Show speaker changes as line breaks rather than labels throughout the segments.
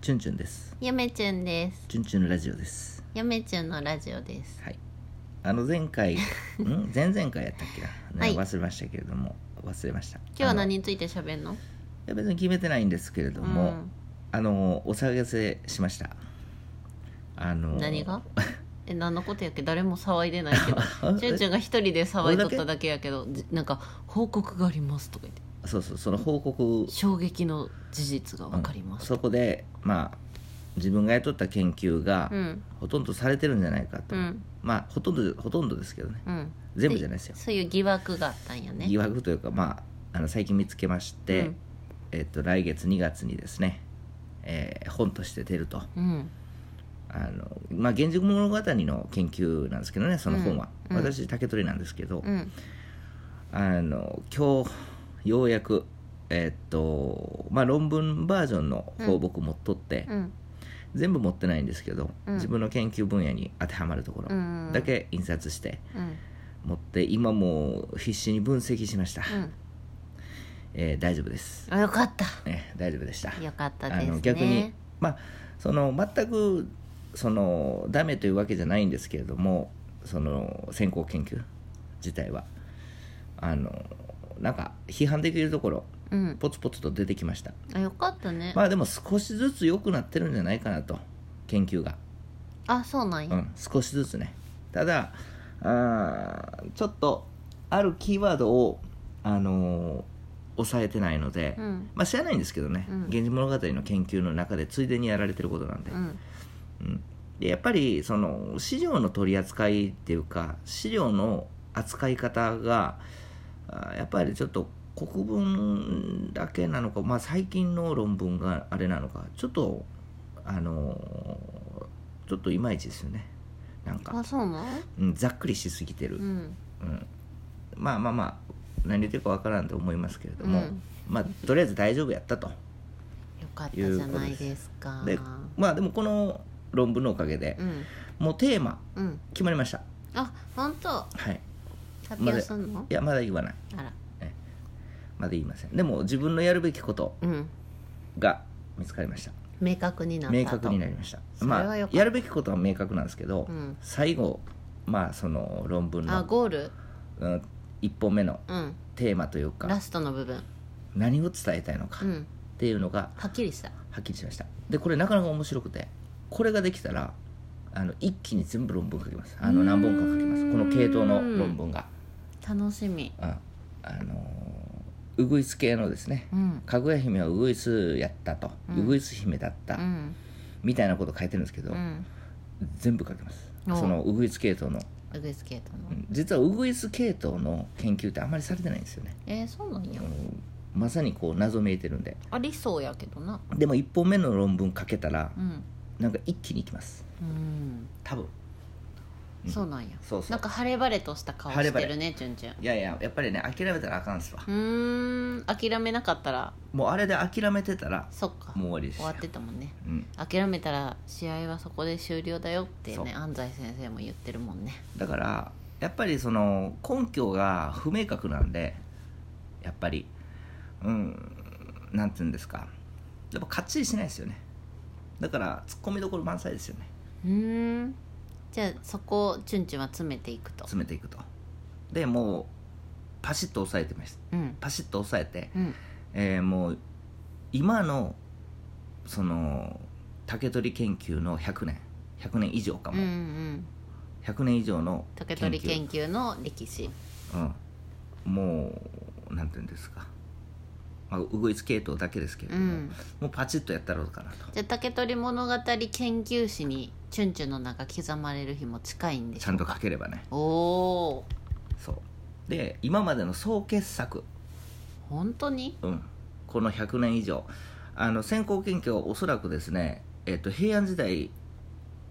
チュンチュンです
ゆめちゅんです
チュンチュンラジオです
ゆめちゅんのラジオです
はいあの前 回ん前々回やったっけな、
は
ね
い
忘れましたけれども忘れました
今日は
あのい
何について喋んの
や別に決めてないんですけれども、
うん
あのお騒がせしましたあの
何がえ何のことやっけ誰も騒いでないけ
あ
どちゅんちゅんが一人で騒いとっただけやけどじなんか「報告があります」とか言って
そうそうその報告
衝撃の事実が分かりま
うん
す
そこでまあ自分がやっとった研究が、
うん
ほとんどされてるんじゃないかと、
うん
まあほとんどほとんどですけどね
うん
全部じゃないですよ
そういう疑惑があったんやね
疑惑というかまああの最近見つけまして、
うん
えっと来月2月にですね、えー本として出ると
うん
あのまあ「源氏物語」の研究なんですけどねその本は、
うんうん
私竹取なんですけど、
うん
あの今日ようやくえっとまあ論文バージョンの方を僕持っとって、
うん
全部持ってないんですけど、
うん
自分の研究分野に当てはまるところ
うん
だけ印刷して
うん
持って今もう必死に分析しました、
うん
えー大丈夫です、
あよかった
ね、大丈夫でした
よかった
あ
です
の
ね
逆にまあその全くそのダメというわけじゃないんですけれどもその先行研究自体はあのなんか批判できるところ
うん
ポツポツと出てきました
あよかったね
まあでも少しずつ良くなってるんじゃないかなと研究が
あそうなん
う
や
ん少しずつねただあーちょっとあるキーワードをあのー抑えてないので、
うん
まあ知らないんですけどね「
うん
源氏物語」の研究の中でついでにやられてることなんで,、
うん
うん、でやっぱりその資料の取り扱いっていうか資料の扱い方があーやっぱりちょっと国文だけなのか、まあ、最近の論文があれなのかちょっとあのーちょっといまいちですよねなんか
あ、そうなん
うん、ざっくりしすぎてる、
うん
うんまあまあまあ何言ってるかわからんと思いますけれども、
うん
まあとりあえず大丈夫やったと。
よかったじゃないですか
でまあでもこの論文のおかげで
うん
もうテーマ
うん
決まりました
あ本当
はい
発表すんの
いやまだ言わない
あら
まだ言いませんでも自分のやるべきこと
うん
が見つかりました
明確になったと
明確になりました
それ
まあ
はよかった
やるべきことは明確なんですけど、
うん
最後まあその論文
あ
の、
ゴール
うん、一本目の
うん
テーマという
ラ
か
ストの部分
何を伝えたいのか
う
っ
ん
ていうのが
はっきりした
はっきりしましたでこれなかなか面白くてこれができたらあの一気に全部論文書きますあの何本か書きますこの系統の論文が
楽しみ
ああのーウグイス系のですね
うん
かぐや姫はウグイスやったと、
うん
ウグイス姫だった、
うん
みたいなこと書いてるんですけど、
うん
全部書きます
お
そのウグイス系統の、
ウグイスケート
う
の
ん実はウグイス系統の研究ってあんまりされてないんですよね、
えーそうなんや
うんまさにこう謎めいてるんで
ありそうやけどな
でも1本目の論文書けたら
うん
なんか一気にいきます
うん
多分うん
そうなんや
そうそう
なんか晴れ晴れとした顔
晴れ
し
晴
て
れ
るねチュンチュン
いやいややっぱりね諦めたらあかんっすわ
う、ーん諦めなかったら
もうあれで諦めてたら
そっか
もう終わりです
終
よ
わってたもんね
うん、
諦めたら試合はそこで終了だよって
そう
ね安西先生も言ってるもんね
だからやっぱりその根拠が不明確なんでやっぱりうんなんて言うんですかやっぱかっちりしないですよねだからツッコミどころ満載ですよね
うーんじゃあそこをチュンチュンは詰めていくと
詰めていくとでもうパシッと抑えてます
うん
パシッと抑えて、
うん
えーもう今のその竹取研究の100年100年以上か
うんう
も、
ん
100年以上の
竹取研究の歴史
うん、もうなんていうんですか、まあ、ウグイス系統だけですけれど
う
も、
ん
もうパチッとやったろうかなと
じゃあ竹取物語研究史にチュンチュンの名が刻まれる日も近いんで
ち
しょ
ゃん
う
と
か
書ければね
おお
そうで今までの総傑作、
ー本当に
うん、この100年以上あの先行研究はおそらくですね、えっと平安時代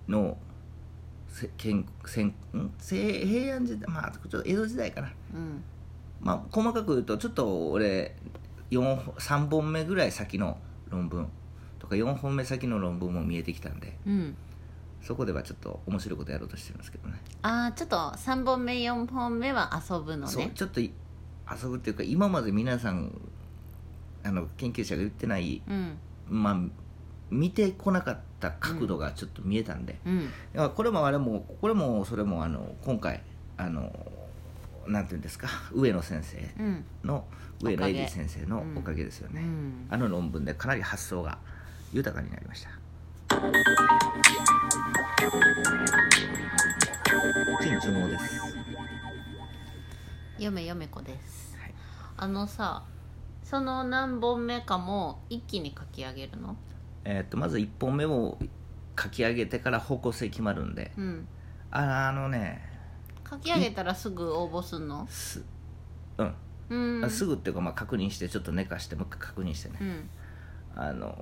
のせ研先んせ平安時代まあちょっと江戸時代かな
うん
まあ細かく言うとちょっと俺3本目ぐらい先の論文とか4本目先の論文も見えてきたんで
うん
そこではちょっと面白いことやろうとしてるんですけどね
ああちょっと3本目4本目は遊ぶの
そう
ね
ちょっとい遊ぶっていうか今まで皆さんあの研究者が言ってない、
うん
まあ、見てこなかった角度がちょっと見えたんで、
うん
だからこれもあれもこれもそれもあの今回あのなんていうんですか上野先生
うん
の上野エリ先生の
うん
おかげですよ
う
ね、
ん
あの論文でかなり発想が豊かになりました金注文です
嫁嫁子です、
はい
あのさその何本目かも一気に書き上げるの
えーっとまず1本目を書き上げてから方向性決まるんで
うん
ああのね
書き上げたらすぐ応募すんの
すうん、
うん
あすぐっていうか、まあ、確認してちょっと寝かしてもう一回確認してね
うん
あの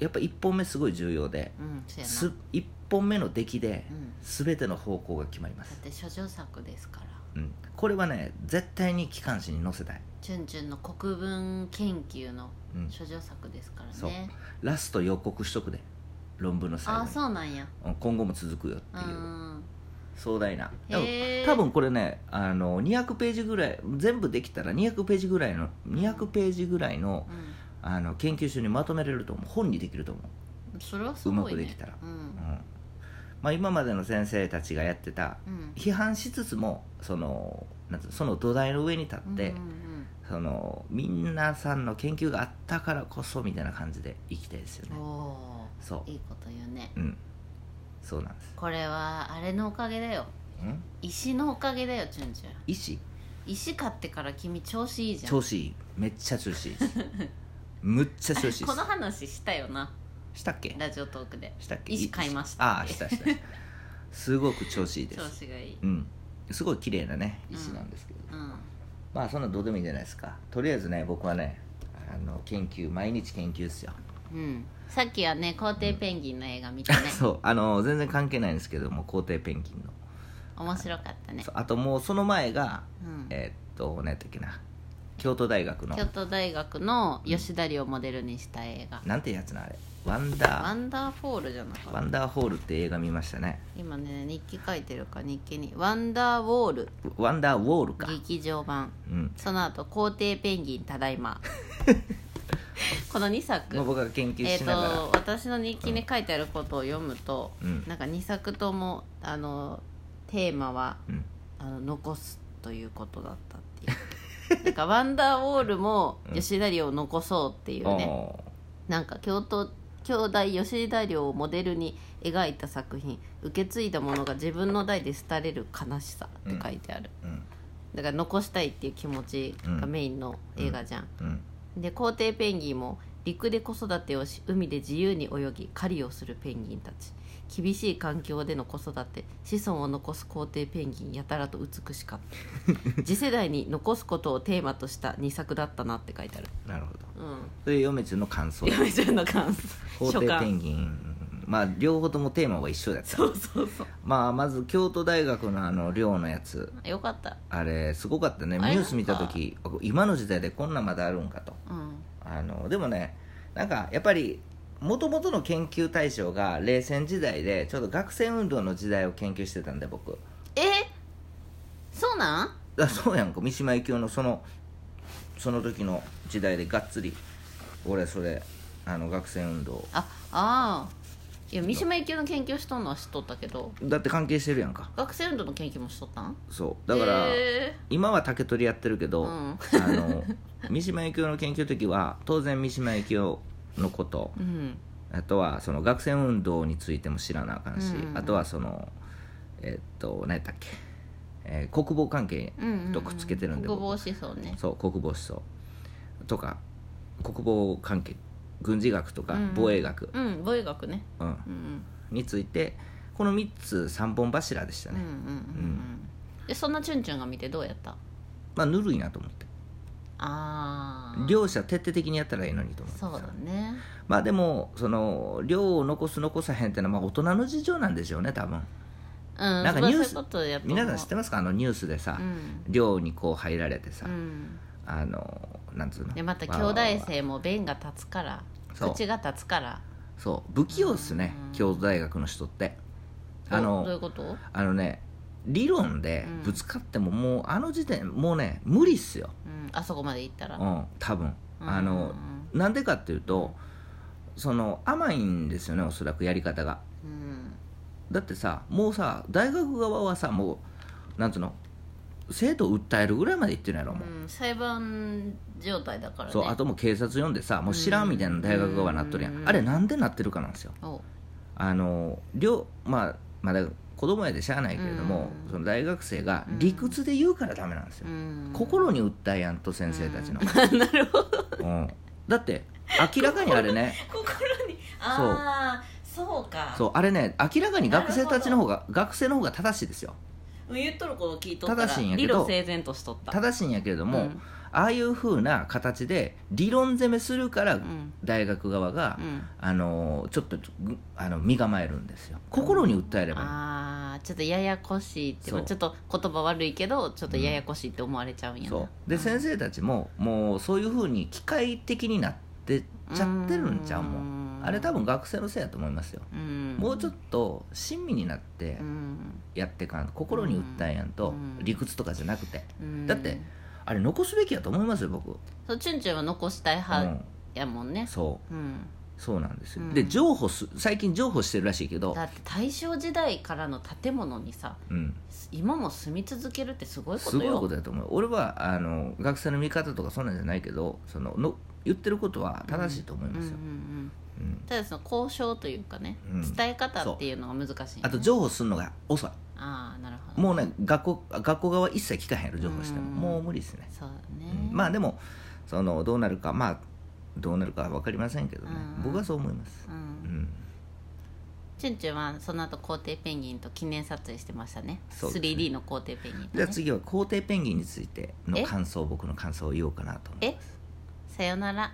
やっぱ1本目すごい重要で
うんそうやな
す1本目の出来で
うん、
全ての方向が決まりま
だっ
す、
て諸女作ですから
うん、これはね絶対に機関誌に載せたい、
チュンチュンの国文研究の
うん、
諸女作ですから
そう
ね
ラスト予告しとくで論文の最
あ
後
あ
に
そうなんや
うん今後も続くよって
う
いうん壮大な多分
へえ
多分これねあの200ページぐらい全部できたら200ページぐらいの200ページぐらいのあの研究書にまとめれると思う本にできると思う
うんそれはすごい、ね、
うまくできたら
う
うんんまあ、今までの先生たちがやってた
うん
批判しつつもそのなんつうのその土台の上に立って、
うんうん
そのみんなさんの研究があったからこそみたいな感じで生きてですよ
うん
ね
お
そ
おいいこと言うね
ううんそうなんです、
これはあれのおかげだよ
うん、
石のおかげだよチュンチュン
医師
石買ってから君調子いいじゃん
調子いいめっちゃ調子 いいですむっちゃ調子いいです
この話したよな
したっけ
ラジオトークで
したっけ
医師買いました
ああしたしたすごく調子いいで
調
す
子がいい
うんすごい綺麗なね医師なんですけど、
うん
まあそんなどうでもいいじゃないですかとりあえずね僕はねあの研究毎日研究ですよ、
うんさっきはね皇帝ペンギンの映画見たね
そうあの全然関係ないんですけども皇帝ペンギンの、
面白かったね
そうあともうその前が
うん
えーっと何やったっけな京都大学の
京都大学の吉田寮をモデルにした映画
なんてやつなあれワン
「ワ
ダ
ンダーフォール」じゃなか
ー
っ
ワ
た
ンダーホールって映画見ましたね
今ね日記書いてるから日記に「ワンダーウォール
ワンダーウォール」か、
劇場版
うん、
その後皇帝ペンギンただい ま」この2作
もう僕が研究
え
し
ー、
ながら、
と私の日記に書いてあることを読むと、
うん
なんか2作ともあのテーマは
うん
あの残すということだったって いうなんか「ワンダーウォール」も吉田寮を残そうっていうね、
おー
なんか京都京大吉田寮をモデルに描いた作品受け継いだものが自分の代で廃れる悲しさって書いてある、
うん
だから残したいっていう気持ちがメインの映画じゃん、
うん
で皇帝ペンギンも陸で子育てをし海で自由に泳ぎ狩りをするペンギンたち厳しい環境での子育て子孫を残す皇帝ペンギンやたらと美しかった 次世代に残すことをテーマとした2作だったなって書いてある
なるほど
う
という嫁中の感 想
ん嫁ちゃんの感想
皇帝
初
ペ
感
ンギンうんまあ両方ともテーマは一緒だった
そうそうそ
まあまず京都大学のあの寮のやつ
うよかった
あれすごかったねニ
あれ
ュース見た時今の時代でこんなんまだあるんかと
うん
あのでもねなんかやっぱりもともとの研究対象が冷戦時代でちょうど学生運動の時代を研究してたんで僕
えそうなん
あそうやんか三島由紀夫のそのその時の時代でがっつり俺それあの学生運動
ああーいや三島由紀夫の研究しとんのは知っとったけど
だって関係してるやんか
学生運動の研究もしとったん
そうだから、
へ
今は竹取りやってるけど、
うん
あの 三島由紀夫の研究の時は当然三島由紀夫のこと
ーうん
あとはその学生運動についても知らなあかんし、
うん
あとはそのえっと何やったっけ、えー国防関係
うんうんうん
とくっつけてるんで
国防
僕
思想ね
そう国防思想とか国防関係軍事学とか
うんうん
防衛学、
うん防衛学ね
うん
うん
についてこの3つ3本柱でした
うんうんうんう
ね、
んでそんなチュンチュンが見てどうやった
まあぬるいなと思って
ああ
両者徹底的にやったらいいのにと思って
そうだね
まあでもその量を残す残さへんってのはまあ大人の事情なんでしょうね多分
うんなん
かニュース
そういうことやと思う
皆さん知ってますかあのニュースでさ、
うん
寮にこう入られてさ、
うん
あのなんつうの
でまた
わ
兄
わわ
弟生も弁が立つから
そう
口が立つから
そう不器用っすね
うん
京都大学の人ってあ
おどうい
の
うこと
あのね理論で
うん
ぶつかってももうあの時点もうね無理っすよ、
うんあそこまで行ったら
うん、多分
うん
あのなんでかっていうとその甘いんですよねおそらくやり方が
うん
だってさもうさ大学側はさもうなんつうの生徒を訴えるぐらいまで行ってるやろもう、
うん裁判状態だからね
そうあともう警察呼んでさもう知らんみたいな大学側はなっとるやん、
うん
あれなんでなってるかなんですよ
お
あの両まあまだ子供やでしゃあないけれども、
うん
その大学生が理屈で言うからダメなんですよ、
うん
心に訴えやんと先生たちの、
うん なるほど
うんだって明らかにあれね
心にああそうか
そうあれね明らかに学生たちの方が学生の方が正しいですよ
言っとること聞いとったら
正しいんやけ
理
ど
路整然としとった
正しいんやけれども、
うん
ああいう風な形で理論攻めするから
うん
大学側が、
うん
あのちょっとぐあの身構えるんですよ心に訴えればいい
ああちょっとややこしいって
そう
ちょっと言葉悪いけどちょっとややこしいって思われちゃうんやな
そうで先生たちももうそういうふうに機械的になってっちゃってるんちゃうもん
ん
あれ多分学生のせいやと思いますよ
うん
もうちょっと親身になって
うん
やってかん心に訴えやん
う
と
ん
理屈とかじゃなくて
うん
だってあれ残すべきやと思いますよ僕、
そうチュンチュンは残したいう派
ん、
やもんね
そう
うん
そうなんですよ、
うん
で譲歩す最近譲歩してるらしいけど
だって大正時代からの建物にさ
うん
今も住み続けるってすごいこ
す
と
ごい
よ
ことだと思う俺はあの学生の見方とかそんなんじゃないけどそのの言ってることは正しいと思いますよ、
うんうんうん
うん
ただその交渉というかね、
うん
伝え方っていうのが難しい、ね、
あと譲歩するのが遅い
ああなるほど
もうね学校学校側一切聞かへんやろ情報しても
うん
もう無理ですね、
そうだ
う
ね
ん、まあでもそのどうなるかまあどうなるかは分かりませんけどね
うん
僕はそう思います
う
うんん
チュンチュンはその後皇帝ペンギンと記念撮影してましたね
そうですね
3D の皇帝ペンギンとね
じゃあ次は皇帝ペンギンについての
え
感想僕の感想を言おうかなと思う
えさよなら